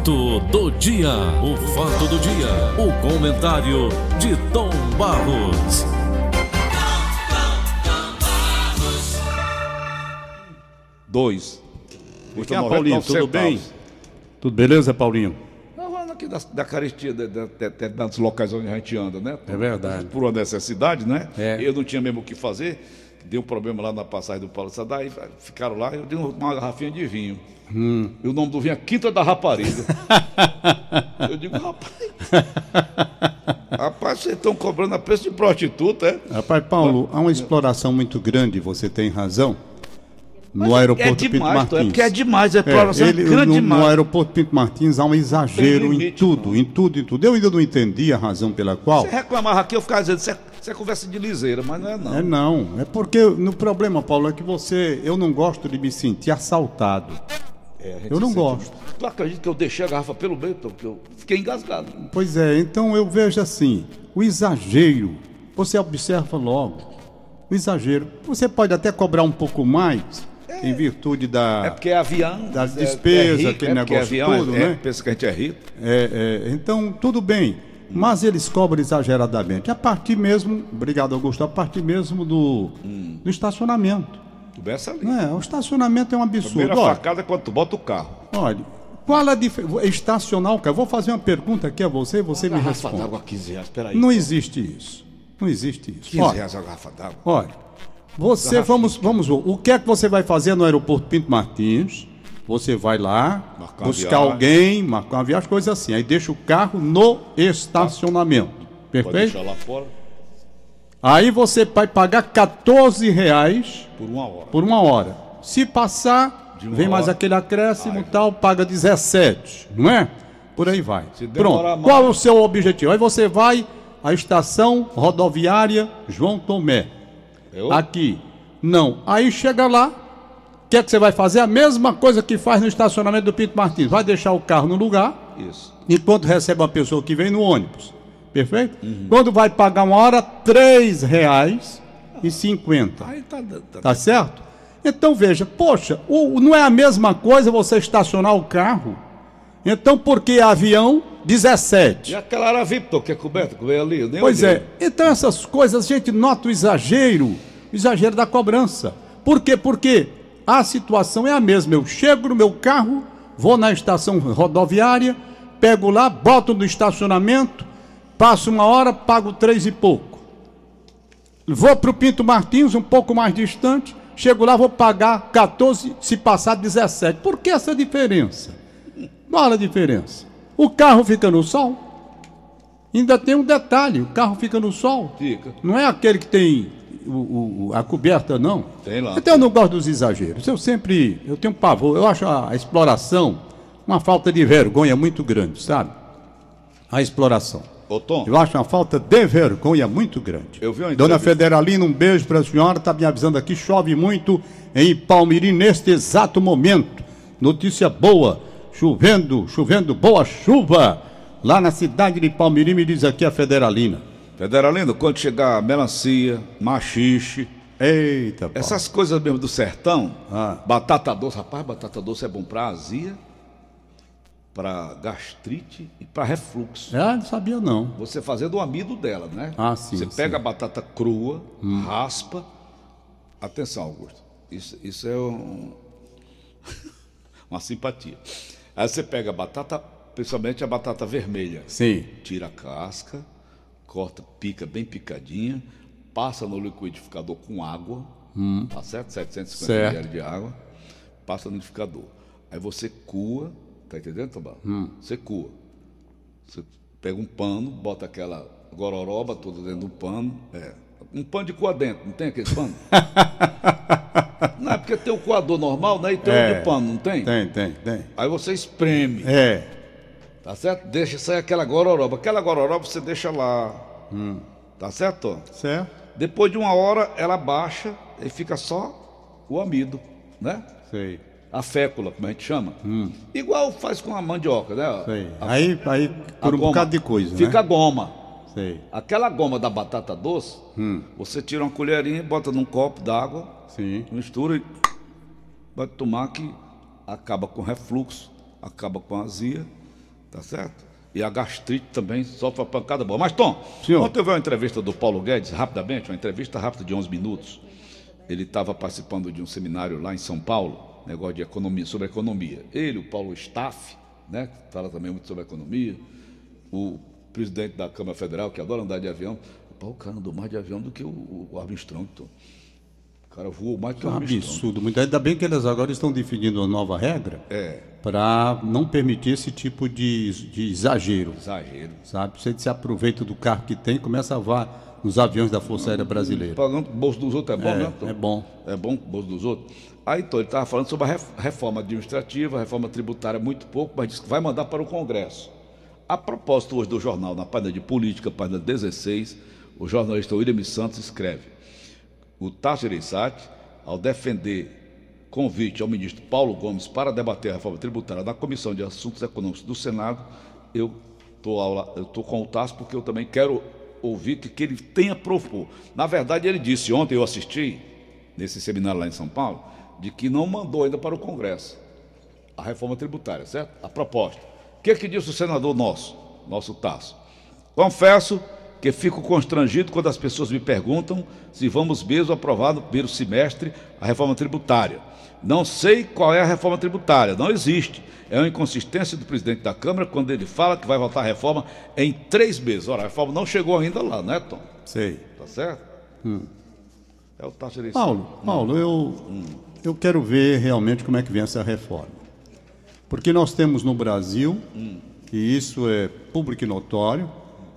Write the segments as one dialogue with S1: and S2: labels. S1: fato do dia. O fato do dia. O comentário de Tom Barros.
S2: Dois.
S3: Porque
S2: um
S3: é, Paulinho, tudo bem?
S2: Tudo beleza, Paulinho?
S3: Aqui da, da carestia, de, de, de, dos locais onde a gente anda, né?
S2: É verdade.
S3: Por uma necessidade, né?
S2: É.
S3: Eu não tinha mesmo o que fazer, deu um problema lá na passagem do Paulo Sadar, e ficaram lá, eu dei um, uma garrafinha de vinho.
S2: Hum.
S3: E o nome do vinho é Quinta da Rapariga. eu digo, rapaz. Rapaz, vocês estão cobrando a preço de prostituta, é?
S2: Rapaz, Paulo, há uma exploração muito grande, você tem razão no
S3: Mas é
S2: aeroporto
S3: demais,
S2: Pinto Martins.
S3: É porque é demais, é, exploração
S2: ele-
S3: grande
S2: no,
S3: demais.
S2: no aeroporto Pinto Martins há um exagero
S3: Tem limite, é
S2: em tudo, em tudo, em tudo. Eu ainda não entendi a razão pela qual.
S3: Você reclamava aqui, eu ficava dizendo, isso é, isso é conversa de liseira, mas não é não.
S2: É não, é porque no problema, Paulo, é que você, eu não gosto de me sentir assaltado.
S3: É, a gente
S2: Eu não
S3: se
S2: gosto.
S3: Tu acredita que eu deixei a garrafa pelo meio, Tom, que eu fiquei engasgado.
S2: Pois é, então eu vejo assim, o exagero, você observa logo. O exagero, você pode até cobrar um pouco mais em virtude da
S3: É porque é avião.
S2: Ah. Das
S3: é- é
S2: despesas,
S3: rico,
S2: aquele
S3: é porque é
S2: negócio
S3: avião,
S2: todo,
S3: é,
S2: né?
S3: Pensa que a gente é rico.
S2: É, é, então, tudo bem. Mas eles cobram exageradamente. A partir mesmo, obrigado Augusto, a partir mesmo do,
S3: Hum.
S2: do estacionamento.
S3: Tu bessa ali.
S2: Né? O estacionamento é um absurdo.
S3: Primeira
S2: Olha,
S3: facada é quando tu bota o carro.
S2: olha, qual a diferença? Estacionar o carro. Vou fazer uma pergunta aqui a você e você me
S3: garrafa
S2: responde.
S3: d'água, 15 reais, peraí.
S2: Não é- existe isso. Não existe isso.
S3: 15
S2: Olha,
S3: reais a garrafa d'água.
S2: olha, você, vamos, vamos, o que é que você vai fazer no aeroporto Pinto Martins? Você vai lá,
S3: Marcar uma
S2: buscar
S3: viagem.
S2: alguém, marcar uma viagem, coisa assim. Aí deixa o carro no estacionamento.
S3: Pode
S2: Perfeito?
S3: deixar lá fora
S2: Aí você vai pagar 14 reais
S3: por uma hora.
S2: por uma hora. Se passar,
S3: De uma
S2: vem mais
S3: hora.
S2: aquele acréscimo e tal, paga 17, não é? Por aí vai.
S3: Se demorar
S2: Pronto.
S3: mais-
S2: Qual o seu objetivo? Aí você vai à estação rodoviária João Tomé.
S3: Eu?
S2: Aqui. Não. Aí chega lá, o que é que você vai fazer? A mesma coisa que faz no estacionamento do Pinto Martins. Vai deixar o carro no lugar,
S3: Isso.
S2: enquanto recebe uma pessoa que vem no ônibus. Perfeito? Quando vai pagar uma hora, três reais e cinquenta.
S3: Aí tá, tá,
S2: Tá certo? Então veja, poxa, o- não é a mesma coisa você estacionar o carro? Então por que avião
S3: E
S2: 17?
S3: aquela era VIP, que é coberta, que veio ali. eu nem
S2: Pois
S3: olhei.
S2: é, então essas coisas a gente nota o exagero, o exagero da cobrança. Por quê? Porque a situação é a mesma. Eu chego no meu carro, vou na estação rodoviária, pego lá, boto no estacionamento, passo uma hora, pago três e pouco. Vou para o Pinto Martins, um pouco mais distante, chego lá, vou pagar 14, se passar 17. Por que essa diferença? Qual a diferença? O carro fica no sol. Ainda tem um detalhe, o carro fica no sol.
S3: Fica.
S2: Não é aquele que tem o- o- o- a coberta, não.
S3: Tem lá.
S2: Então eu não gosto dos exageros. Eu sempre, eu tenho pavor, eu acho a, a exploração uma falta de vergonha muito grande, sabe? A exploração.
S3: Ô, Tom,
S2: Eu acho uma falta de vergonha muito grande.
S3: Eu vi uma
S2: Dona
S3: entrevista.
S2: Federalina, um beijo para a senhora. Está me avisando aqui, chove muito em Palmirim neste exato momento. Notícia boa, chovendo, chovendo, boa chuva. Lá na cidade de Palmirim, me diz aqui a Federalina.
S3: Federalino, quando chegar melancia, machixe,
S2: Eita, Paulo.
S3: essas coisas mesmo do sertão,
S2: Ah.
S3: batata doce, rapaz, batata doce é bom para azia, para gastrite e para refluxo.
S2: Ah, não sabia não.
S3: Você fazer do amido dela, né?
S2: Ah, sim,
S3: Você
S2: sim. Hum.
S3: pega a batata crua, raspa. Atenção, Augusto. Isso, isso é um- uma simpatia. Aí você pega a batata, principalmente a batata vermelha.
S2: Sim.
S3: Tira a casca, corta, pica bem picadinha, passa no liquidificador com água, tá certo? 750
S2: Hum. Certo.
S3: ml de água, passa no liquidificador. Aí você coa, tá entendendo, Tomás?
S2: Hum.
S3: Você coa. Você pega um pano, bota aquela gororoba toda dentro do pano. É. Um pano de coa dentro, não tem aquele pano? não, é porque tem o coador normal, né? E tem
S2: É.
S3: o de pano, não tem?
S2: Tem, tem, tem.
S3: Aí você espreme.
S2: É,
S3: Tá certo? Deixa sair aquela gororoba. Aquela gororoba você deixa lá. Tá certo? Tom?
S2: certo?
S3: Depois de uma hora ela baixa e fica só o amido, né?
S2: Sei,
S3: A fécula, como a gente chama. Igual faz com a mandioca, né?
S2: Hum. sei.
S3: A-
S2: Aí, aí,
S3: a
S2: por um
S3: goma.
S2: bocado de coisa,
S3: Fica a
S2: né?
S3: goma.
S2: Sei,
S3: Aquela goma da batata doce,
S2: Hum.
S3: você tira uma colherinha, bota num copo d'água,
S2: sim.
S3: mistura e vai tomar que acaba com refluxo, acaba com azia Tá certo? E a gastrite também sofre uma pancada boa. Mas, Tom,
S2: Senhor.
S3: ontem eu vi uma entrevista do Paulo Guedes, rapidamente, uma entrevista rápida de 11 minutos. Ele estava participando de um seminário lá em São Paulo, negócio de economia, sobre economia. Ele, o Paulo Staff, né, que fala também muito sobre economia, o presidente da Câmara Federal, que adora andar de avião. Pô, O cara andou mais de avião do que o, o Armstrong, Tom. O cara voou mais do que o
S2: Um
S3: Armstrong.
S2: absurdo. Muito. Ainda bem que eles agora estão definindo uma nova regra
S3: É.
S2: para não permitir esse tipo de, de exagero.
S3: Exagero.
S2: Sabe? Você se aproveita do carro que tem, começa a voar nos aviões da Força Aérea Brasileira.
S3: Pagando o bolso dos outros é bom, né? Tom?
S2: É, é bom.
S3: É bom com o bolso dos outros. Aí, então, ele estava falando sobre a ref- reforma administrativa, reforma tributária, muito pouco, mas disse que vai mandar para o Congresso. A propósito, hoje do jornal, na página de política, página 16, o jornalista William Santos escreve: o Tasso Gereissati, ao defender convite ao ministro Paulo Gomes para debater a reforma tributária na Comissão de Assuntos Econômicos do Senado, eu estou com o Tasso porque eu também quero ouvir o que, que ele tem a propor. Na verdade, ele disse ontem, eu assisti, nesse seminário lá em São Paulo, de que não mandou ainda para o Congresso a reforma tributária, certo? A proposta. O que, que disse o senador nosso, nosso Tasso? Confesso que fico constrangido quando as pessoas me perguntam se vamos mesmo aprovar no primeiro semestre a reforma tributária. Não sei qual é a reforma tributária, não existe. É uma inconsistência do presidente da Câmara quando ele fala que vai votar a reforma em três meses. Ora, a reforma não chegou ainda lá, né, Tom?
S2: Sei.
S3: Tá certo? É o Tasso Ereici.
S2: Hum. Paulo, Paulo, eu, eu quero ver realmente como é que vem essa reforma. Porque nós temos no Brasil, e isso é público e notório,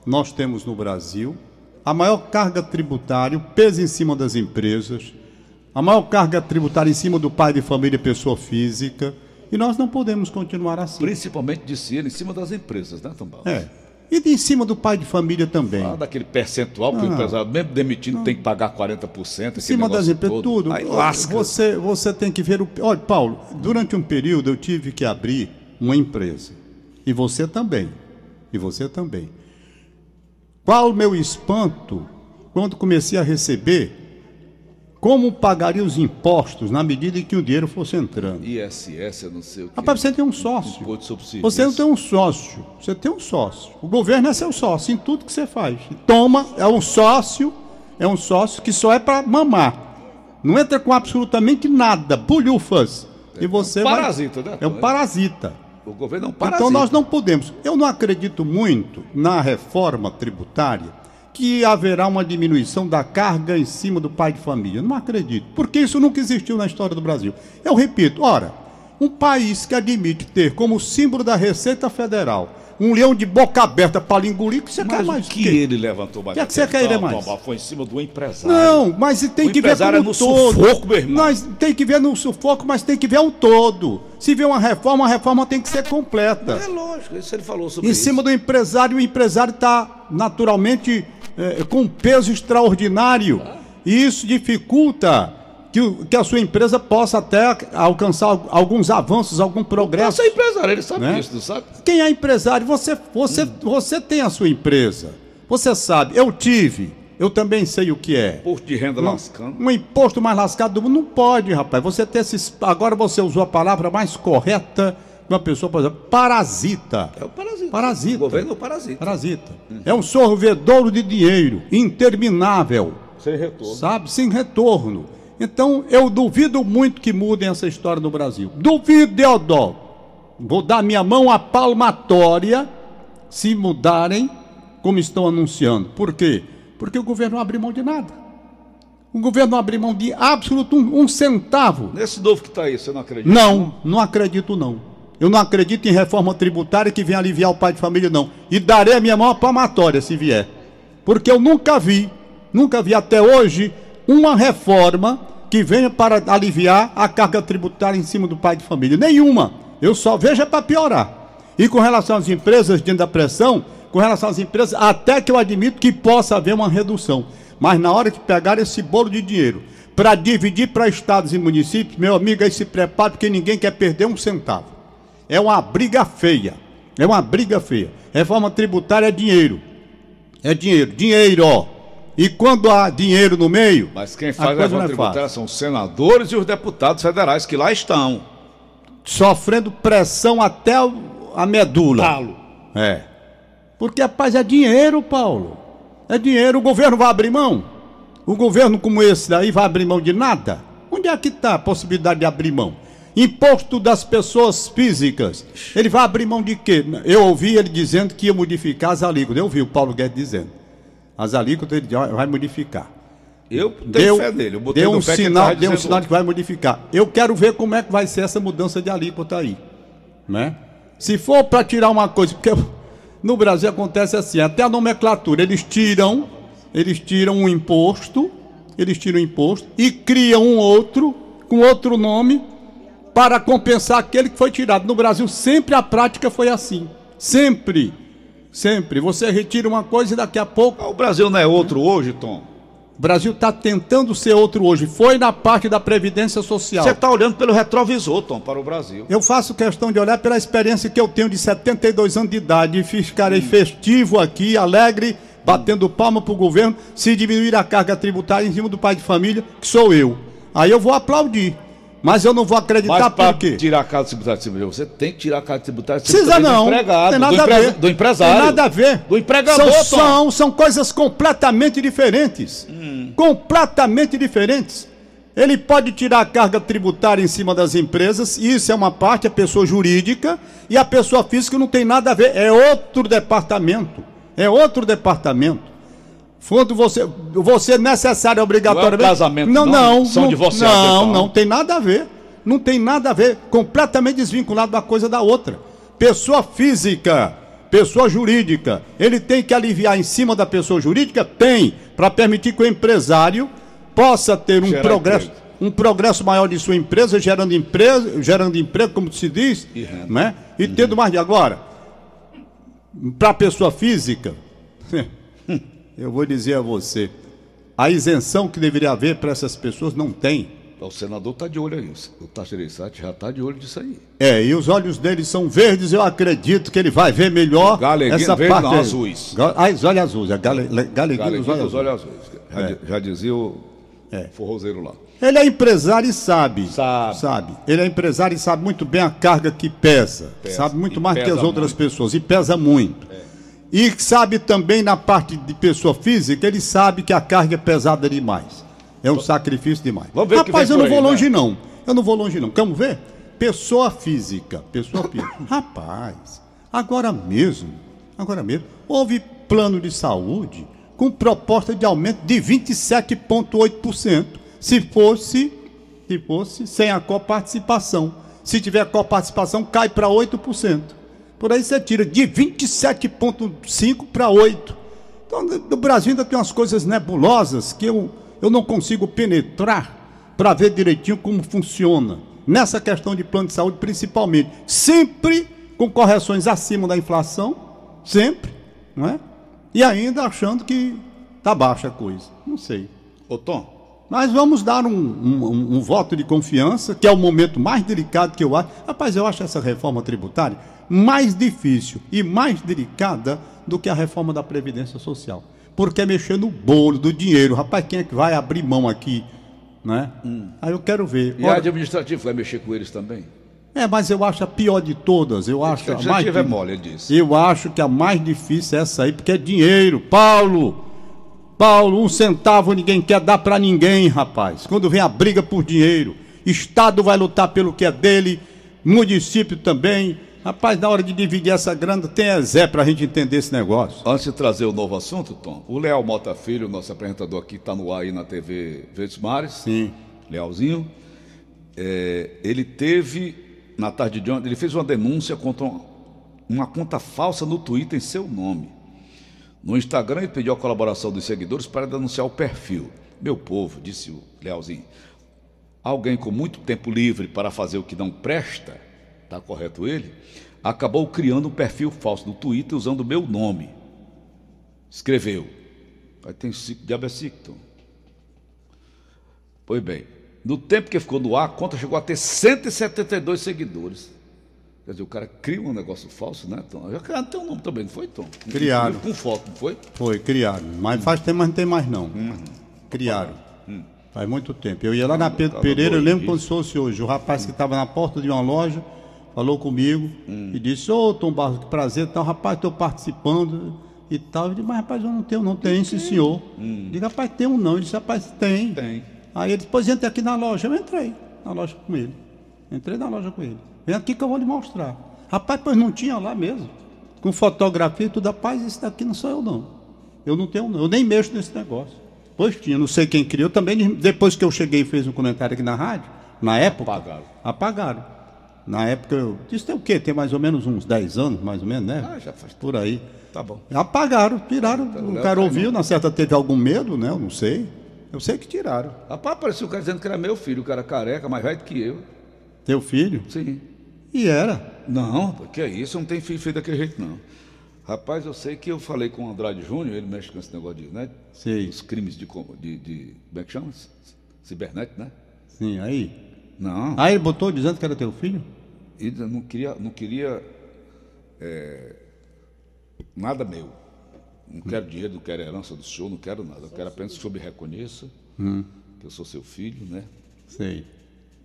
S2: nós temos no Brasil a maior carga tributária, o peso em cima das empresas, a maior carga tributária em cima do pai de família e pessoa física, e nós não podemos continuar assim.
S3: Principalmente disse ele em cima das empresas, né, Tom Barros?
S2: É. E de em cima do pai de família também.
S3: Ah, daquele percentual que o empresário, mesmo demitindo, tem que pagar 40%.
S2: Ah. Em cima das empresas, tudo.
S3: Aí lasca.
S2: Você, você tem que ver o. Olha, Paulo, durante um período eu tive que abrir uma empresa. E você também. E você também. Qual o meu espanto quando comecei a receber como pagaria os impostos na medida em que o dinheiro fosse entrando?
S3: ISS, eu não sei o que.
S2: Rapaz, você tem um sócio.
S3: Imposto sobre serviço.
S2: Você não tem um sócio. Você tem um sócio. O governo é seu sócio em tudo que você faz. Toma, é um sócio, é um sócio que só é para mamar. Não entra com absolutamente nada, bolhufas. E você vai-
S3: É um parasita, né?
S2: É um parasita.
S3: O governo é um parasita.
S2: Então nós não podemos. Eu não acredito muito na reforma tributária que haverá uma diminuição da carga em cima do pai de família. Não acredito, porque isso nunca existiu na história do Brasil. Eu repito, ora, um país que admite ter como símbolo da Receita Federal um leão de boca aberta para lhe engolir, que você quer
S3: Mas
S2: mais
S3: o
S2: o
S3: que
S2: quê?
S3: ele levantou mais
S2: Que é que você quer ele mais?
S3: Foi em cima do empresário.
S2: Não, mas tem
S3: é, O
S2: que ver como
S3: empresário
S2: um
S3: é no
S2: todo.
S3: sufoco, meu irmão.
S2: Nós tem que ver no sufoco, mas tem que ver o todo. Se vê uma reforma, a reforma tem que ser completa.
S3: É lógico, isso ele falou sobre
S2: Em
S3: isso.
S2: cima do empresário, o empresário está naturalmente eh, com um peso extraordinário. E isso dificulta que, o- que a sua empresa possa até alcançar al- alguns avanços, algum progresso.
S3: Essa é empresário, ele sabe
S2: Né?
S3: disso, não sabe?
S2: Quem é empresário? Você, você, você tem a sua empresa. Você sabe, eu tive, eu também sei o que é.
S3: Imposto de renda
S2: Não,
S3: Um lascando.
S2: Um imposto mais lascado do mundo. Não pode, rapaz. Você ter esses. Agora você usou a palavra mais correta de uma pessoa, por exemplo, parasita.
S3: É o parasita.
S2: Parasita.
S3: O governo é o parasita.
S2: Parasita. É um sorvedouro de dinheiro, interminável,
S3: Sem retorno.
S2: sabe? Sem retorno. Então, eu duvido muito que mudem essa história no Brasil. Duvido, Deodoro. Vou dar minha mão à palmatória se mudarem como estão anunciando. Por quê? Porque o governo não abre mão de nada. O governo não abre mão de absoluto um, um centavo.
S3: Nesse novo que está aí, você não acredita?
S2: Não, não acredito não. Eu não acredito em reforma tributária que venha aliviar o pai de família, não. E darei a minha mão à palmatória se vier. Porque eu nunca vi, nunca vi até hoje, uma reforma que venha para aliviar a carga tributária em cima do pai de família. Nenhuma. Eu só vejo é para piorar. E com relação às empresas, dentro da pressão, com relação às empresas, até que eu admito que possa haver uma redução. Mas na hora que pegar esse bolo de dinheiro para dividir para estados e municípios, meu amigo, aí se prepare, porque ninguém quer perder um centavo. É uma briga feia. É uma briga feia. Reforma tributária é dinheiro. É dinheiro. Dinheiro, ó. E quando há dinheiro no meio.
S3: Mas quem
S2: a
S3: faz a
S2: coisa não
S3: reforma
S2: é
S3: tributária
S2: fácil.
S3: são os senadores e os deputados federais que lá estão.
S2: Sofrendo pressão até o- a medula.
S3: Talo.
S2: É. Porque, rapaz, é dinheiro, Paulo. É dinheiro. O governo vai abrir mão? O governo como esse daí vai abrir mão de nada? Onde é que está a possibilidade de abrir mão? Imposto das pessoas físicas. Ele vai abrir mão de quê? Eu ouvi ele dizendo que ia modificar as alíquotas. Eu ouvi o Paulo Guedes dizendo. As alíquotas ele vai modificar.
S3: Eu tenho
S2: Deu,
S3: fé nele. Eu botei
S2: deu
S3: no
S2: um
S3: pé que ele
S2: sinal,
S3: tava
S2: deu um
S3: dizendo-
S2: sinal de que vai modificar. Eu quero ver como é que vai ser essa mudança de alíquota aí, né? Se for para tirar uma coisa, porque no Brasil acontece assim, até a nomenclatura, eles tiram, eles tiram um imposto, eles tiram o imposto e criam um outro com outro nome para compensar aquele que foi tirado. No Brasil sempre a prática foi assim, sempre. Sempre, você retira uma coisa e daqui a pouco
S3: Ah, o Brasil não é outro hoje, Tom?
S2: o Brasil está tentando ser outro hoje. Foi na parte da Previdência Social.
S3: Você está olhando pelo retrovisor, Tom, para o Brasil.
S2: Eu faço questão de olhar pela experiência que eu tenho de 72 anos de idade e ficarei festivo aqui, alegre, batendo palma para o governo, se diminuir a carga tributária em cima do pai de família, que sou eu. Aí eu vou aplaudir. Mas eu não vou
S3: Mas
S2: acreditar
S3: para
S2: por quê?
S3: tirar a casa tributária, você tem que tirar a casa tributária
S2: Precisa
S3: também
S2: não.
S3: do empregado,
S2: tem nada
S3: do,
S2: a
S3: empre-
S2: ver.
S3: do empresário.
S2: Tem nada a ver.
S3: Do empregador,
S2: são,
S3: Tom.
S2: são, são coisas completamente diferentes.
S3: Hum.
S2: Completamente diferentes. Ele pode tirar a carga tributária em cima das empresas, e isso é uma parte, a pessoa jurídica, e a pessoa física não tem nada a ver. É outro departamento. É outro departamento. Quando você, você é necessário obrigatoriamente.
S3: Não é um casamento,
S2: não,
S3: não?
S2: não.
S3: São
S2: não,
S3: divorciados,
S2: Não,
S3: então.
S2: não tem nada a ver. Não tem nada a ver. Completamente desvinculado da coisa da outra. Pessoa física, pessoa jurídica, ele tem que aliviar em cima da pessoa jurídica? Tem, para permitir que o empresário possa ter um
S3: Gerar
S2: progresso.
S3: emprego.
S2: Um progresso maior de sua empresa, gerando empresa, gerando emprego, como se diz,
S3: E renda.
S2: né? E tendo mais de agora, para pessoa física, eu vou dizer a você, a isenção que deveria haver para essas pessoas não tem.
S3: Então, O senador está de olho aí. O Tachiri Sati já está de olho disso aí.
S2: É, e os olhos dele são verdes, eu acredito que ele vai ver melhor
S3: Galeguinho
S2: essa
S3: verde
S2: parte.
S3: não,
S2: aí.
S3: azuis.
S2: Ga- Ah, os olhos azuis, é gale, le- galeguinho
S3: Cara,
S2: dos
S3: aqui
S2: olhos
S3: dos
S2: azuis.
S3: olhos azuis. Já, di- já dizia o
S2: É.
S3: forrozeiro lá.
S2: Ele é empresário e sabe.
S3: Sabe.
S2: Ele é empresário e sabe muito bem a carga que pesa.
S3: Pesa.
S2: Sabe muito
S3: E
S2: mais que
S3: pesa
S2: as outras
S3: muito. É.
S2: pessoas. E pesa muito. E sabe também na parte de pessoa física, ele sabe que a carga é pesada demais. É um sacrifício demais.
S3: Vamos ver o que
S2: Rapaz,
S3: vem
S2: eu não
S3: por
S2: vou
S3: aí, né?
S2: longe, não. Eu não vou longe, não. Vamos ver? Pessoa física. Pessoa física. Rapaz, agora mesmo, agora mesmo, houve plano de saúde com proposta de aumento de 27,8%. Se fosse, se fosse sem a coparticipação. Se tiver coparticipação, cai para 8%. Por aí você tira de 27,5% para 8%. Então, no no Brasil ainda tem umas coisas nebulosas que eu, eu não consigo penetrar para ver direitinho como funciona. Nessa questão de plano de saúde, principalmente. Sempre com correções acima da inflação, sempre, não é? E ainda achando que está baixa a coisa. Não sei.
S3: Ô, Tom,
S2: Mas vamos dar um, um- um- um voto de confiança, que é o momento mais delicado que eu acho. Rapaz, eu acho essa reforma tributária mais difícil e mais delicada do que a reforma da Previdência Social. Porque é mexer no bolo do dinheiro. Rapaz, quem é que vai abrir mão aqui? Né? Aí eu quero ver.
S3: e
S2: Ora,
S3: administrativo vai mexer com eles também?
S2: É, mas eu acho a pior de todas. Eu acho a mais.
S3: Administrativo é
S2: di-
S3: mole, ele disse.
S2: eu acho que a mais difícil é essa aí, porque é dinheiro. Paulo, Paulo, um centavo ninguém quer dar pra ninguém, rapaz. Quando vem a briga por dinheiro, Estado vai lutar pelo que é dele, município também. Rapaz, na hora de dividir essa grana, tem é Zé pra gente entender esse negócio.
S3: Antes de trazer o novo assunto, Tom, o Léo Mota Filho, nosso apresentador aqui, está no ar aí na TV Verdes Mares.
S2: Sim.
S3: Lealzinho. é, ele teve, na tarde de ontem, ele fez uma denúncia contra um- uma conta falsa no Twitter em seu nome. No Instagram, ele pediu a colaboração dos seguidores para denunciar o perfil. Meu povo, disse o Lealzinho, alguém com muito tempo livre para fazer o que não presta, está correto ele, acabou criando um perfil falso no Twitter usando o meu nome. Escreveu. Aí tem cinco diabo é cinco, Tom. Pois bem, no tempo que ficou no ar, a conta chegou a ter 172 seguidores. Quer dizer, o cara cria um negócio falso, né, Tom? Já criaram até um nome também, não foi, Tom?
S2: Criaram.
S3: Com foto, não foi?
S2: Foi, criaram. Mas faz tempo, mas não tem mais não. Criaram. Faz muito tempo. Eu ia lá na Pedro
S3: Cada
S2: Pereira, eu
S3: dois
S2: lembro assim
S3: dias.
S2: como se fosse hoje. O rapaz que estava na porta de uma loja falou comigo e disse, ô Tom Barros, que prazer e tal, rapaz, estou participando e tal. Eu disse, mas rapaz, eu não tenho, não tem, esse senhor. Diga, rapaz, tem um não. Ele disse, rapaz, tem.
S3: Tem.
S2: Aí ele disse, pois entra aqui na loja. Eu entrei na loja com ele. Entrei na loja com ele. Vem aqui que eu vou lhe mostrar. Rapaz, pois não tinha lá mesmo. Com fotografia e tudo, rapaz, esse daqui não sou eu não. Eu não tenho não. Eu nem mexo nesse negócio. Pois tinha, não sei quem criou. Também depois que eu cheguei e fiz um comentário aqui na rádio, na época.
S3: Apagaram.
S2: Apagaram. Na época eu. Isso tem o quê? Tem mais ou menos uns 10 anos, mais ou menos, né?
S3: Ah, já faz tempo.
S2: Por aí.
S3: Tá bom.
S2: Apagaram, tiraram.
S3: Então,
S2: o cara
S3: não,
S2: ouviu, na certa teve algum medo, né? Eu não sei. Eu sei que tiraram.
S3: Rapaz, apareceu o cara dizendo que era meu filho, o cara careca, mais velho do que eu.
S2: Teu filho?
S3: Sim.
S2: E era.
S3: Não, pô, que é isso, não tem filho feio daquele jeito, não. Rapaz, eu sei que eu falei com o Andrade Júnior, ele mexe com esse negócio de, né?
S2: Sei.
S3: Os crimes de, com- de, de- Como é que chama? C- Cibernético, né?
S2: Sim, aí.
S3: Não.
S2: Aí ele botou dizendo que era teu filho?
S3: Ele não queria, não queria é, nada meu. Não
S2: Hum.
S3: quero dinheiro, não quero herança do senhor, não quero nada. Eu quero apenas que o senhor me reconheça,
S2: Hum.
S3: que eu sou seu filho, né?
S2: Sei.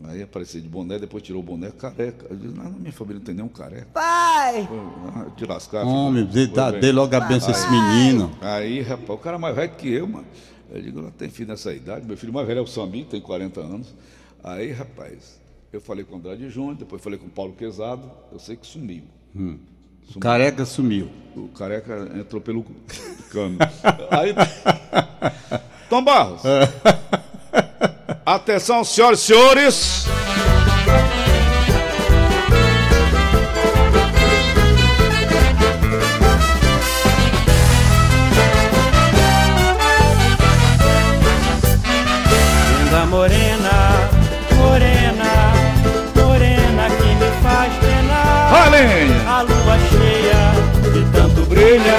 S3: Aí apareceu de boné, depois tirou o boné, careca. Eu disse, não, na minha família não tem nenhum careca.
S4: Pai!
S3: Foi, ah, te lascar.
S2: Homem,
S3: foi
S2: dê, tá,
S3: bem.
S2: dê logo a benção a esse menino.
S3: Aí, rapaz, o cara é mais velho que eu, mano. Eu digo, não tem filho nessa idade. Meu filho mais velho é o Samir, tem 40 anos. Aí, rapaz, eu falei com o Andrade Júnior, depois falei com o Paulo Quezado, eu sei que sumiu.
S2: O careca sumiu.
S3: O careca entrou pelo cano. Aí. Tom Barros. Atenção, senhoras e senhores.
S5: Linda morena, morena, morena que me faz penar.
S3: Valem!
S5: A lua cheia de tanto brilha,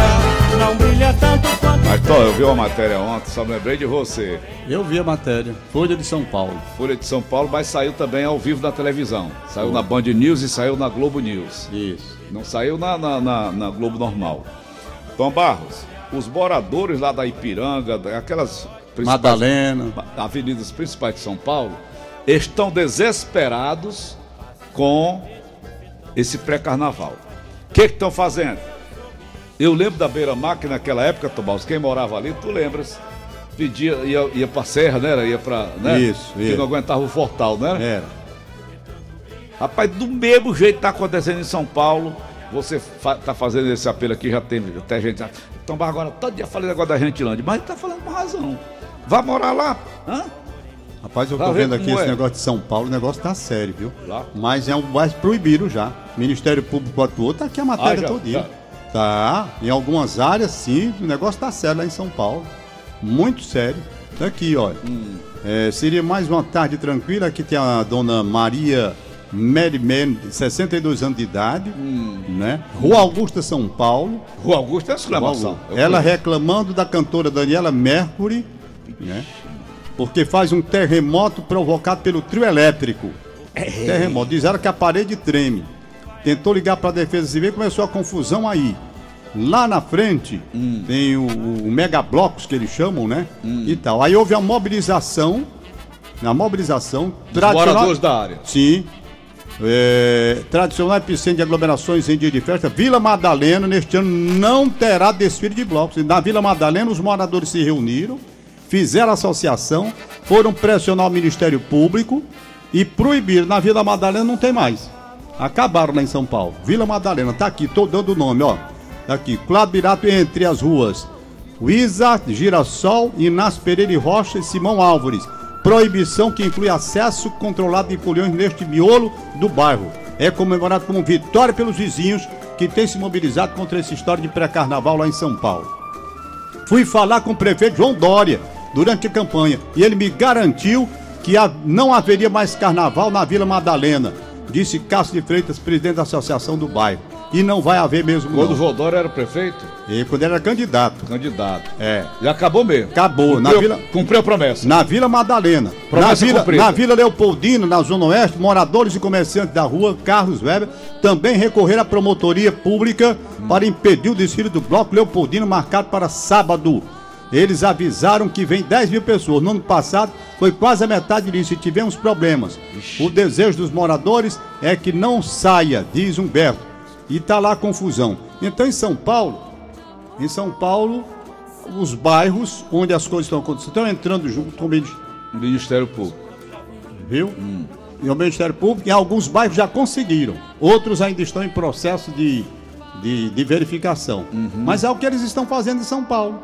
S5: não brilha tanto quanto.
S3: Mas, Tom, eu vi uma matéria ontem, só me lembrei de você.
S2: Eu vi a matéria. Folha de São Paulo.
S3: Folha de São Paulo, mas saiu também ao vivo na televisão. Saiu na Band News e saiu na Globo News.
S2: Isso.
S3: Não saiu na, na, na- na Globo normal. Tom Barros, os moradores lá da Ipiranga, daquelas principais
S2: Madalena.
S3: avenidas principais de São Paulo, estão desesperados com esse pré-carnaval. O que que estão fazendo? Eu lembro da Beira Mar, que naquela época, Tom Barros, quem morava ali, tu lembras? Pedia, ia, ia pra Serra, né? Era, Ia pra. Né?
S2: Isso,
S3: Que
S2: ia. É.
S3: não aguentava o Fortal, né?
S2: Era.
S3: Rapaz, do mesmo jeito tá acontecendo em São Paulo. Você fa tá fazendo esse apelo aqui, já tem até gente. Então, mas agora todo dia falando agora da Gentilândia, mas tá falando com razão. Vai morar lá? Hã?
S2: Rapaz, eu
S3: Tá
S2: tô
S3: vendo
S2: vendo aqui
S3: como
S2: esse
S3: é?
S2: negócio de São Paulo, o negócio tá sério, viu?
S3: Lá.
S2: Mas é um mas proibiram já. Ministério Público atuou, tá aqui a matéria
S3: Ah, já,
S2: todinha. Tá. Em algumas áreas, sim, o negócio tá sério lá em São Paulo. Muito sério. Tá aqui, olha.
S3: Hum.
S2: É, seria mais uma tarde tranquila. Aqui tem a dona Maria Mary Mendes, 62 anos de idade,
S3: Hum.
S2: né? Rua Augusta, São Paulo.
S3: O Augusto é uma exclamação.
S2: Paulo,
S3: Eu
S2: ela
S3: conheço.
S2: reclamando da cantora Daniela Mercury, né? Porque faz um terremoto provocado pelo trio elétrico.
S3: É.
S2: Terremoto. Diz ela que a parede treme. Tentou ligar para a Defesa Civil e começou a confusão aí. Lá na frente
S3: Hum.
S2: tem o, o megablocos que eles chamam, né? E tal. Aí houve a mobilização. Na mobilização
S3: moradores da área.
S2: Sim. É, tradicional epicentro de aglomerações em dia de festa, Vila Madalena, neste ano não terá desfile de blocos. E Na Vila Madalena, os moradores se reuniram, fizeram associação, foram pressionar o Ministério Público e proibiram. Na Vila Madalena não tem mais. Acabaram lá em São Paulo. Vila Madalena, tá aqui, tô dando o nome, ó. Tá aqui, Cláudio Birato entre as ruas. Luísa Girassol, Inácio Pereira e Rocha e Simão Álvares. Proibição que inclui acesso controlado de foliões neste miolo do bairro. É comemorado como vitória pelos vizinhos que têm se mobilizado contra essa história de pré-carnaval lá em São Paulo. Fui falar com o prefeito João Dória durante a campanha e ele me garantiu que ha- não haveria mais carnaval na Vila Madalena, disse Cássio de Freitas, presidente da associação do bairro. E não vai haver mesmo.
S3: Quando o
S2: Não.
S3: Valdório era prefeito,
S2: E quando ele era candidato.
S3: candidato.
S2: É.
S3: Já acabou mesmo.
S2: Acabou. Na
S3: Cumpriu,
S2: Vila-
S3: cumpriu a promessa.
S2: Na Vila Madalena. Na
S3: Promessa
S2: Vila,
S3: cumprida.
S2: na Vila Leopoldina, na Zona Oeste, moradores e comerciantes da rua Carlos Weber também recorreram à promotoria pública para impedir o desfile do Bloco Leopoldino marcado para sábado. Eles avisaram que vem 10 mil pessoas. No ano passado foi quase a metade disso e tivemos problemas. O desejo dos moradores é que não saia, diz Humberto. E tá lá a confusão. Então em São Paulo, em São Paulo, os bairros onde as coisas estão acontecendo, estão entrando junto com o Ministério
S3: Ministério Público.
S2: viu? E o Ministério Público, em alguns bairros já conseguiram, outros ainda estão em processo de, de, de verificação.
S3: Uhum.
S2: Mas é o que eles estão fazendo em São Paulo.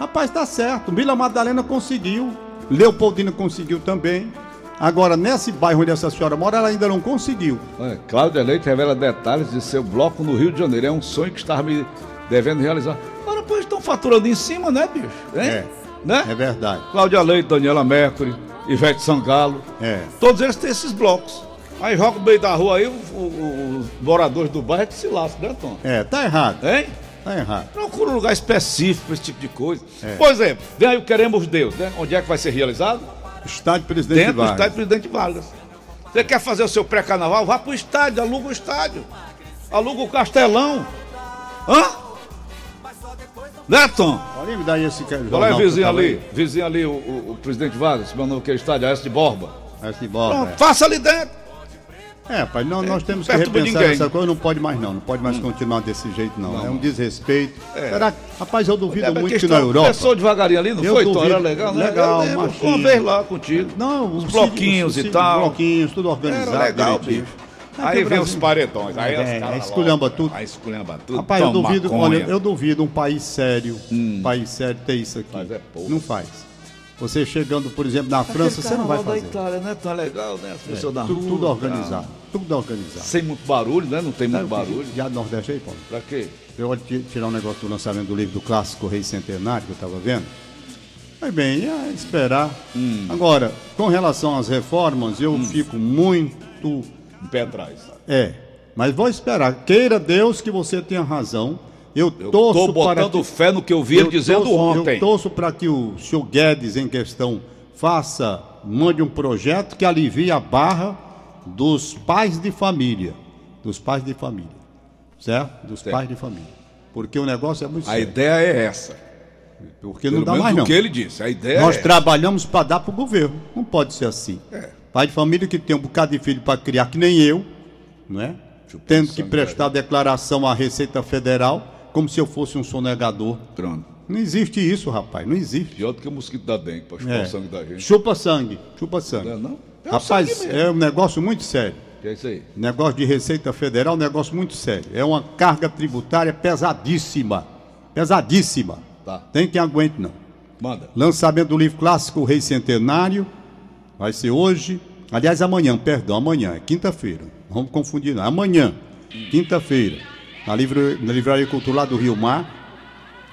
S2: Rapaz, tá certo. Vila Madalena conseguiu, Leopoldina conseguiu também. Agora, nesse bairro onde essa senhora mora, ela ainda não conseguiu.
S3: Olha, Cláudia Leite revela detalhes de seu bloco no Rio de Janeiro. É um sonho que estava me devendo realizar. Ora, pois estão faturando em cima, né, bicho? Hein?
S2: É.
S3: Né?
S2: É verdade.
S3: Cláudia Leite, Daniela Mercury, Ivete Sangalo.
S2: É.
S3: Todos eles têm esses blocos. Aí joga o meio da rua aí, o- o- os moradores do bairro é que se lascam, né, Tom?
S2: É, tá errado.
S3: Hein?
S2: Tá errado.
S3: Procura um lugar específico para esse tipo de coisa.
S2: É.
S3: Por exemplo, vem aí o Queremos Deus, né? Onde é que vai ser realizado?
S2: Estádio Presidente
S3: Dentro do
S2: Vargas.
S3: estádio Presidente Vargas. Você quer fazer o seu pré-carnaval? Vá pro estádio, aluga o estádio. Aluga o castelão. Hã? Né, Tom?
S2: Olha, me dá aí esse que- jornal
S3: Olha aí,
S2: que
S3: é, vizinho
S2: eu tava
S3: ali,
S2: aí.
S3: vizinho ali, o, o- o presidente Vargas, meu nome que é estádio, S de Borba.
S2: Esse
S3: Pronto,
S2: bola, é.
S3: Então, faça ali dentro.
S2: É, pai, não, nós temos que
S3: perto de
S2: repensar
S3: ninguém. Hum.
S2: essa coisa, não pode mais não, não pode mais continuar desse jeito não, é um desrespeito.
S3: É.
S2: Será que, rapaz, eu duvido
S3: É, mas
S2: muito que
S3: questão-
S2: na Europa...
S3: Começou devagarinho ali, não
S2: Eu
S3: foi, Tom?
S2: duvido.
S3: Era legal, né?
S2: Legal,
S3: Eu lembro,
S2: machismo.
S3: Uma vez lá contigo.
S2: Não,
S3: os
S2: o
S3: bloquinhos
S2: sítio-
S3: e
S2: o
S3: tal.
S2: bloquinhos, tudo organizado.
S3: Era legal,
S2: direitinho.
S3: bicho.
S2: Aqui
S3: Aí
S2: o
S3: vem
S2: Brasil-
S3: os paredões, aí
S2: tá É,
S3: as caras
S2: aí esculhamba
S3: lotam,
S2: tudo.
S3: Aí esculhamba tudo.
S2: Rapaz, eu
S3: toma
S2: duvido,
S3: maconha.
S2: olha, eu duvido um país sério, um país sério ter isso aqui.
S3: Hum. Mas é pouco.
S2: Não faz. Você chegando, por exemplo,
S3: Tá
S2: na França, você não vai
S3: Carnaval
S2: fazer. É,
S3: da Itália, né? Tão legal, né? As pessoas da
S2: Tudo,
S3: rua,
S2: tudo
S3: tá?
S2: organizado, tudo organizado.
S3: Sem muito barulho, né? Não tem muito
S2: Sabe o que-
S3: barulho.
S2: Já do Nordeste aí, Paulo?
S3: Pra quê?
S2: Eu olho ti- tirar um negócio do lançamento do livro do clássico Rei Centenário, que eu estava vendo. Mas bem, é esperar.
S3: Hum.
S2: Agora, com relação às reformas, eu fico muito.
S3: Um pé atrás, sabe?
S2: É, mas vou esperar. Queira Deus que você tenha razão. Eu,
S3: Eu
S2: torço
S3: tô
S2: para.
S3: botando
S2: que-
S3: fé no que eu vi ele
S2: eu
S3: dizendo
S2: torço-
S3: ontem.
S2: Eu torço para que o senhor Guedes, em questão, faça, mande um projeto que alivie a barra dos pais de família. Dos pais de família. Certo? Dos
S3: Certo.
S2: pais de família. Porque o negócio é muito
S3: A
S2: sério.
S3: ideia é essa.
S2: Porque
S3: Pelo
S2: não dá
S3: menos
S2: mais,
S3: o
S2: não.
S3: que ele disse. A ideia
S2: Nós
S3: é
S2: trabalhamos para dar para o governo. Não pode ser assim. Pai de família que tem um bocado de filho para criar, que nem eu, não é?
S3: Deixa eu
S2: Tendo
S3: pensar
S2: que
S3: no
S2: prestar declaração à Receita Federal, como se eu fosse um sonegador.
S3: Pronto.
S2: Não existe isso, rapaz. Não existe.
S3: é Pior do que o mosquito da dengue, pra chupar
S2: É.
S3: o sangue da gente.
S2: Chupa sangue. Chupa sangue.
S3: Não é não? É o
S2: Rapaz,
S3: sangue mesmo.
S2: é um negócio muito sério.
S3: Que é isso aí.
S2: Negócio de Receita Federal, é um negócio muito sério. É uma carga tributária pesadíssima. Pesadíssima.
S3: Tá.
S2: Tem quem aguente, não.
S3: Manda.
S2: Lançamento do livro clássico O Rei Centenário. Vai ser hoje. Aliás, amanhã, perdão, amanhã, é quinta-feira. Não Vamos confundir, não. Amanhã, quinta-feira, na, livro, na Livraria Cultural do Rio Mar.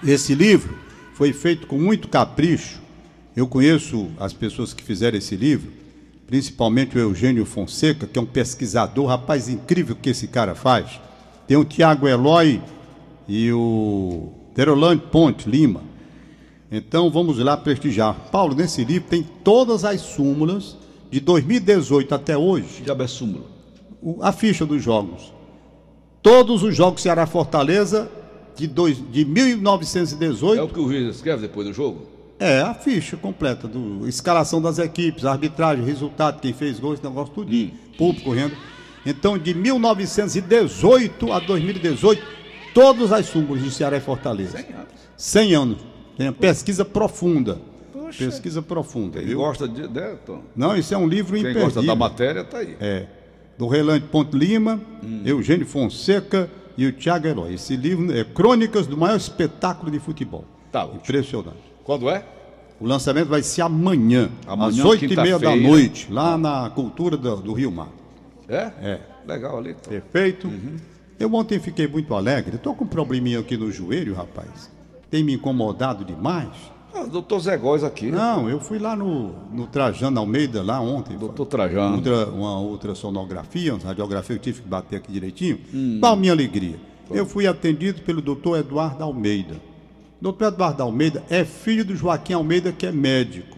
S2: Esse livro foi feito com muito capricho. Eu conheço as pessoas que fizeram esse livro, principalmente o Eugênio Fonseca, que é um pesquisador, rapaz incrível que esse cara faz. Tem o Tiago Eloy e o Terolante Ponte Lima. Então vamos lá prestigiar. Paulo, nesse livro tem todas as súmulas de 2018 até hoje,
S3: Que diabo é súmulo?
S2: o- a ficha dos jogos. Todos os jogos Ceará Fortaleza de, dois, de
S3: É o
S2: 1918
S3: que o juiz escreve depois do jogo?
S2: é a ficha completa do escalação das equipes, arbitragem, resultado, quem fez gols, esse negócio tudo,
S3: Hum.
S2: público renda. Então de 1918 a 2018, todas as súmulas de Ceará e Fortaleza. 100 anos. 100 anos. Tem uma pesquisa profunda. Pesquisa profunda,
S3: Ele
S2: viu?
S3: gosta de. Né, Tom?
S2: Não, isso é um livro
S3: Quem
S2: imperdível.
S3: gosta da matéria, tá aí.
S2: É. Do Relante Ponte Lima,
S3: Hum.
S2: Eugênio Fonseca e o Tiago Herói. Esse livro é Crônicas do maior espetáculo de futebol.
S3: Tá ótimo.
S2: Impressionante.
S3: Quando é?
S2: O lançamento vai ser amanhã,
S3: Amanhã,
S2: às oito e meia da
S3: quinta-feira.
S2: noite, lá na Cultura do, do Rio Mar.
S3: É?
S2: É.
S3: Legal ali. Tom.
S2: Perfeito?
S3: Uhum.
S2: Eu ontem fiquei muito alegre. Estou com um probleminha aqui no joelho, rapaz. Tem me incomodado demais.
S3: Ah, doutor Zé Góes aqui. né?
S2: Não, eu fui lá no, no Trajano Almeida, lá ontem.
S3: Doutor Trajano.
S2: Ultra- uma ultrassonografia, uma radiografia, eu tive que bater aqui direitinho.
S3: Hum.
S2: Qual a minha alegria? Eu fui atendido pelo doutor Eduardo Almeida. Doutor Eduardo Almeida é filho do Joaquim Almeida, que é médico.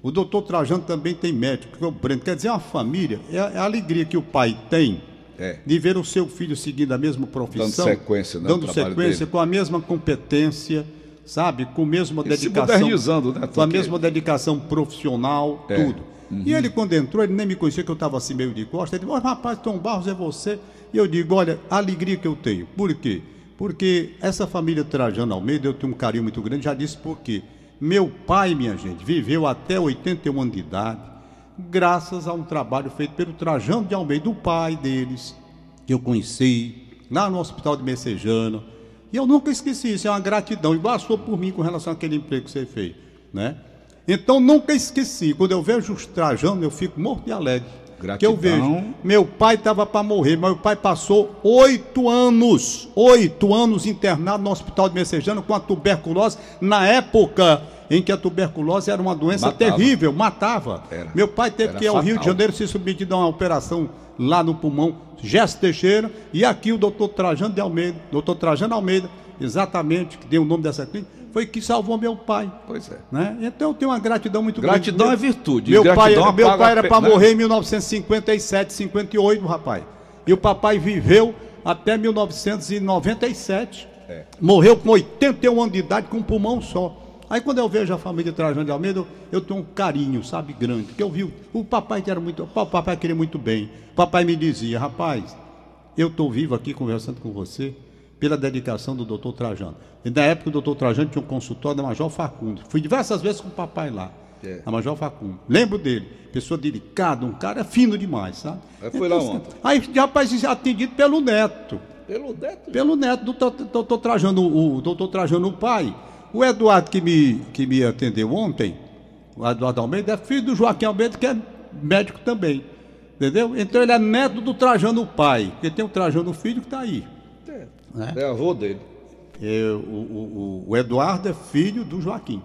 S2: O doutor Trajano também tem médico, que é o Breno. Quer dizer, uma família, é a é a alegria que o pai tem
S3: É.
S2: de ver o seu filho seguindo a mesma profissão,
S3: Dando sequência, né, ao
S2: dando
S3: trabalho
S2: sequência
S3: dele.
S2: com a mesma competência, sabe, com a
S3: E
S2: mesma
S3: se
S2: dedicação.
S3: modernizando, né?
S2: Com a
S3: Porque-
S2: mesma dedicação profissional,
S3: É.
S2: tudo. E ele, quando entrou, ele nem me conhecia, que eu estava assim meio de costa. Ele disse: "Ô, rapaz, Tom Barros é você. E eu digo: olha, a alegria que eu tenho. Por quê? Porque essa família Trajano Almeida, eu tenho um carinho muito grande. Já disse por quê. Meu pai, minha gente, viveu até 81 anos de idade, graças a um trabalho feito pelo Trajano de Almeida, o pai deles, que eu conheci lá no Hospital de Messejana. E eu nunca esqueci isso, é uma gratidão, igual a sua por mim com relação àquele emprego que você fez, né? Então nunca esqueci, quando eu vejo os Trajano, eu fico morto de alegre.
S3: Gratidão.
S2: Que eu vejo. Meu pai estava para morrer, mas meu pai passou oito anos, oito anos internado no hospital de Messejano com a tuberculose, na época em que a tuberculose era uma doença
S3: Matava.
S2: terrível, matava.
S3: Era.
S2: Meu pai teve
S3: Era
S2: que ir ao Rio de
S3: fatal.
S2: Janeiro se submetido a uma operação lá no pulmão, Gesto Teixeira, e aqui o doutor Trajano de Almeida, doutor Trajano Almeida, exatamente, que deu o nome dessa clínica, foi que salvou meu pai
S3: Pois é.
S2: né? Então eu tenho uma gratidão muito
S3: Gratidão
S2: grande.
S3: é virtude.
S2: Meu pai,
S3: Gratidão
S2: era- meu
S3: apaga
S2: pai
S3: a
S2: era
S3: pe-
S2: para
S3: né?
S2: morrer em 1957, 58, rapaz. E o papai viveu até 1997.
S3: É.
S2: Morreu com 81 anos de idade, com um pulmão só. Aí quando eu vejo a família Trajano de Almeida, eu, eu tenho um carinho, sabe, grande. Porque eu vi o, o papai que era muito. O papai queria muito bem. O papai me dizia, rapaz, eu estou vivo aqui conversando com você pela dedicação do doutor Trajano. E na época o doutor Trajano tinha um consultório da Major Facundo. Fui diversas vezes com o papai lá.
S3: É.
S2: A Major Facundo. Lembro dele. Pessoa delicada, um cara fino demais, sabe?
S3: Aí foi lá
S2: Então,
S3: ontem.
S2: Aí, rapaz, atendido pelo neto.
S3: Pelo Deto.
S2: Pelo neto do doutor- doutor Trajano, o o doutor Trajano, o pai. O Eduardo que me, que me atendeu ontem, o Eduardo Almeida, é filho do Joaquim Almeida, que é médico também. Entendeu? Então ele é neto do Trajano, o pai. Porque tem o Trajano filho que está aí. né?
S3: É avô dele,
S2: É, o, o- o- o Eduardo é filho do Joaquim,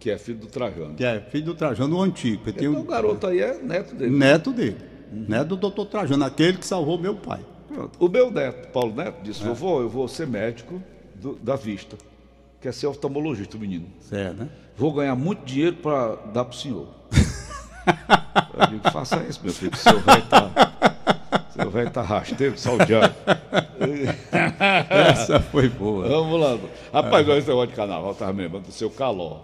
S3: que é filho do Trajano.
S2: que é filho do Trajano o antigo. porque tem
S3: Então o
S2: um
S3: garoto aí é neto dele.
S2: neto dele. Neto do doutor Trajano, aquele que salvou meu pai.
S3: Pronto. O meu neto, Paulo Neto,
S2: É.
S3: disse: vovô, eu vou ser médico do- da vista. Quer ser oftalmologista, o menino.
S2: Certo, né?
S3: Vou ganhar muito dinheiro para dar para o senhor. eu digo, faça isso, meu filho, que seu velho tá. Seu velho tá rasteiro, saldeado.
S2: Essa foi boa.
S3: Vamos lá. Rapaz, nós negócio de carnaval, tava me lembrando do seu caló.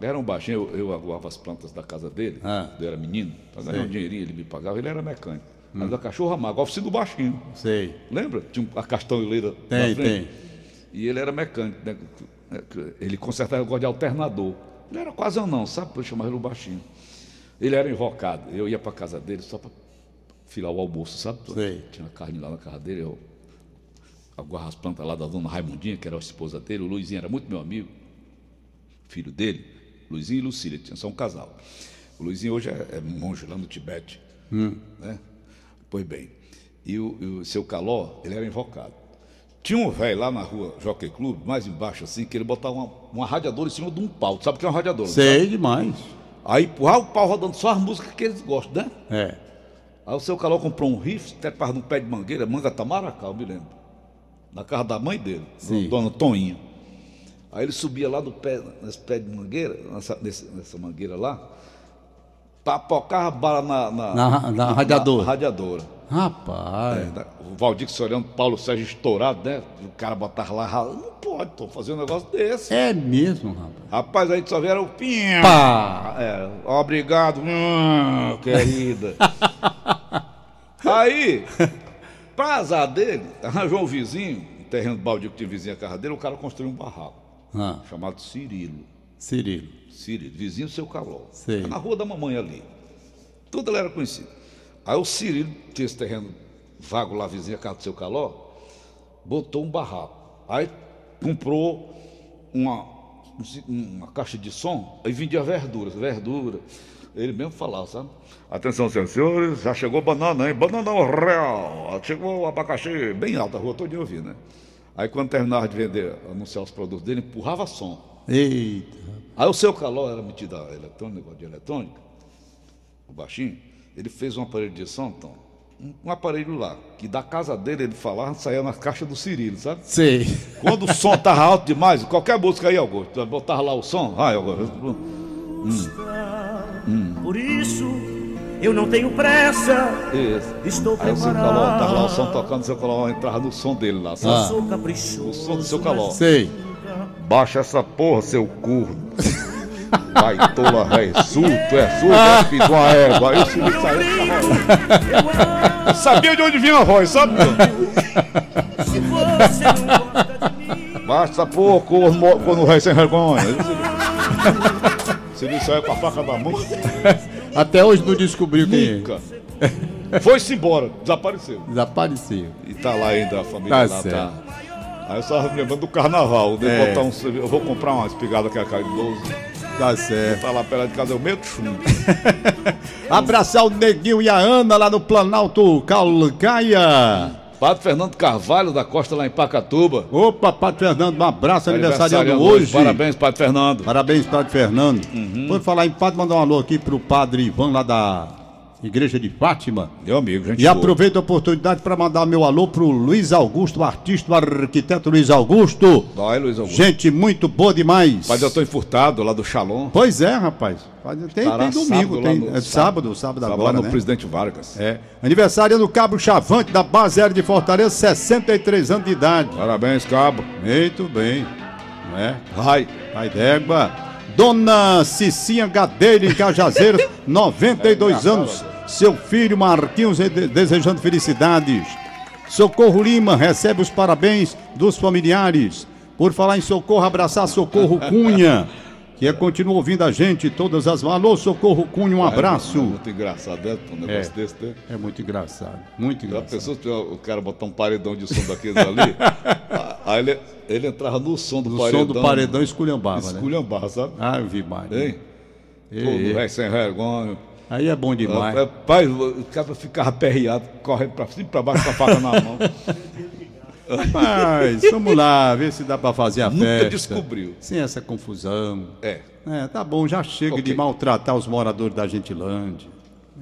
S3: Era um baixinho, eu, eu aguava as plantas da casa dele,
S2: Ah.
S3: quando eu era menino, para ganhar um dinheirinho, ele me pagava, ele era mecânico. Mas a cachorra magra, a oficina do baixinho.
S2: Sei.
S3: Lembra? Tinha um- a castanholeira
S2: Tem,
S3: na frente.
S2: tem.
S3: E ele era mecânico, né? Ele consertava negócio de alternador. Ele era quase anão, sabe? Eu chamava ele o baixinho. Ele era invocado. Eu ia para casa dele só para filar o almoço, sabe?
S2: Sei.
S3: Tinha uma carne lá na casa dele, eu aguava as plantas lá da dona Raimundinha, que era a esposa dele. O Luizinho era muito meu amigo, filho dele. Luizinho e Lucília, tinha só um casal. O Luizinho hoje é, é monge lá no Tibete. Né? Pois bem. E o, e o seu Caló, ele era invocado. Tinha um velho lá na rua Jockey Club, mais embaixo assim, que ele botava uma, uma radiadora em cima de um pau. Tu Sabe o que é uma radiadora? não sabe?
S2: Sei demais.
S3: Aí empurrava o pau rodando só as músicas que eles gostam, né?
S2: É.
S3: Aí o seu Caló comprou um rifle, até para um pé de mangueira, manga tamaracá, eu me lembro. Na casa da mãe dele,
S2: Sim.
S3: do- dona Toninha. Aí ele subia lá do pé, nesse pé de mangueira, nessa, nesse- nessa mangueira lá, tapocava a bala na, na,
S2: Na- na radiadora.
S3: radiadora. É,
S2: Rapaz.
S3: né? O Valdir que olhando, Paulo Sérgio estourado, né? O cara botava lá, rala- não pode, tô fazendo um negócio desse.
S2: É, mesmo, rapaz.
S3: Rapaz, a gente só vê era o pinho.
S2: Pá.
S3: É, obrigado, hum, querida. Aí, pra azar dele, arranjou um vizinho, um terreno baldio que tinha vizinho a casa dele, o cara construiu um barraco,
S2: Ah,
S3: chamado Cirilo.
S2: Cirilo.
S3: Cirilo, vizinho do seu Caló.
S2: Sei.
S3: Na rua da mamãe ali. Tudo ele era conhecido. Aí o Cirilo tinha esse terreno vago lá, vizinho a casa do seu Caló, botou um barraco. Aí comprou uma, um ci- uma caixa de som e vendia verduras, verdura. Ele mesmo falava, sabe? Atenção, senhoras e senhores, já chegou banana, hein? Banana real. Chegou abacaxi, bem alta a rua, todo dia ouvindo, né? Aí quando terminava de vender, anunciar os produtos dele, empurrava som.
S2: Eita.
S3: Aí o seu Caló era metido a eletrônica, negócio de eletrônica, o baixinho, ele fez um aparelho de som, Tom, um, um aparelho lá, que da casa dele ele falava, saía na caixa do Cirilo, sabe?
S2: Sei.
S3: Quando o som tava alto demais, qualquer música aí, Augusto, botava lá o som, ah, Augusto,
S5: Por isso eu não tenho pressa,
S3: isso.
S5: estou
S3: Aí o seu Caló, tava lá o som
S5: preparado.
S3: tocando, o seu Caló entrava no som dele lá, sabe?
S2: Ah.
S5: Sou caprichoso.
S3: O som do seu Caló.
S2: Sei.
S3: Baixa essa porra, seu curvo. Baitola ressurto, é surdo, é fiz uma égua. Aí eu subi e saí. Sabia de onde vinha a voz, sabe?
S4: Se você não gosta de mim,
S3: Baixa essa porra, corno, corno rei sem vergonha. Aí eu subi. Se não saiu com a faca da mão,
S2: Até hoje não descobriu quem é.
S3: nunca. Foi-se embora, desapareceu.
S2: Desapareceu.
S3: E tá lá ainda a família
S2: Tá
S3: lá,
S2: certo.
S3: tá. Aí eu estava me lembrando do carnaval, né?
S2: É.
S3: Botar um, eu vou comprar uma espigada que é a cara de 12.
S2: Tá certo.
S3: Tá lá pela de casa, eu meto chumbo.
S2: Abraçar o Neguinho e a Ana lá no Planalto Calcaia.
S3: Padre Fernando Carvalho da Costa, lá em Pacatuba.
S2: Opa, Padre Fernando, um abraço aniversariando
S3: Aniversariando
S2: hoje.
S3: Parabéns, Padre Fernando.
S2: Parabéns, Padre Fernando. Vou falar em Padre, mandar um alô aqui pro Padre Ivan lá da Igreja de Fátima.
S3: Meu amigo, gente.
S2: E
S3: boa.
S2: aproveito a oportunidade para mandar meu alô pro Luiz Augusto, o artista, o arquiteto Luiz Augusto.
S3: Dói, Luiz Augusto.
S2: Gente muito boa demais.
S3: Padre Antônio Furtado, lá do Shalom.
S2: Pois é, rapaz. Faz- Tem,
S3: Estará
S2: tem domingo,
S3: sábado lá
S2: tem
S3: no-
S2: é sábado, sábado
S3: Tava
S2: agora,
S3: lá no
S2: né?
S3: Presidente Vargas.
S2: É. Aniversário do Cabo Chavante da Base Aérea de Fortaleza, 63 anos de idade.
S3: Parabéns, cabo.
S2: Muito bem. Né?
S3: Ai,
S2: Pai d'égua. Dona Cicinha Gadeira em Cajazeiras, 92 anos. Seu filho Marquinhos de- desejando felicidades. Socorro Lima recebe os parabéns dos familiares. Por falar em socorro, abraçar Socorro Cunha, que é, continua ouvindo a gente todas as. Alô, Socorro Cunha, um
S3: É
S2: abraço.
S3: muito engraçado, né? Um negócio
S2: É.
S3: desse, né?
S2: É muito engraçado, muito
S3: Já
S2: engraçado.
S3: pensou se o cara botar um paredão de som daqueles ali? Ah, Aí ele, ele entrava no som do
S2: O
S3: paredão.
S2: som do paredão esculhambava, né?
S3: Esculhambar, sabe?
S2: Ah, eu vi mais.
S3: Hein?
S2: Ei,
S3: Todo
S2: ei.
S3: velho sem vergonha.
S2: Aí é bom demais.
S3: Rapaz, o cara ficava aperreado, correndo pra cima e pra baixo com a faca na mão.
S2: Mas vamos lá, ver se dá pra fazer a
S3: Nunca
S2: festa.
S3: descobriu.
S2: Sem essa confusão.
S3: É.
S2: É, tá bom, já chega
S3: Ok.
S2: de maltratar os moradores da Gentilândia.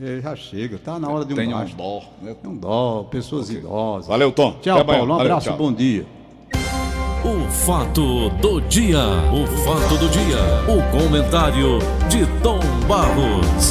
S2: É, já chega, tá na hora de um
S3: Tem um
S2: baixo.
S3: dó, né?
S2: Não dó, pessoas idosas.
S3: Valeu, Tom.
S2: Tchau,
S3: Até amanhã.
S2: Paulo. Um
S3: Valeu,
S2: abraço,
S3: tchau.
S2: bom dia.
S1: O fato do dia. O fato do dia. O comentário de Tom Barros.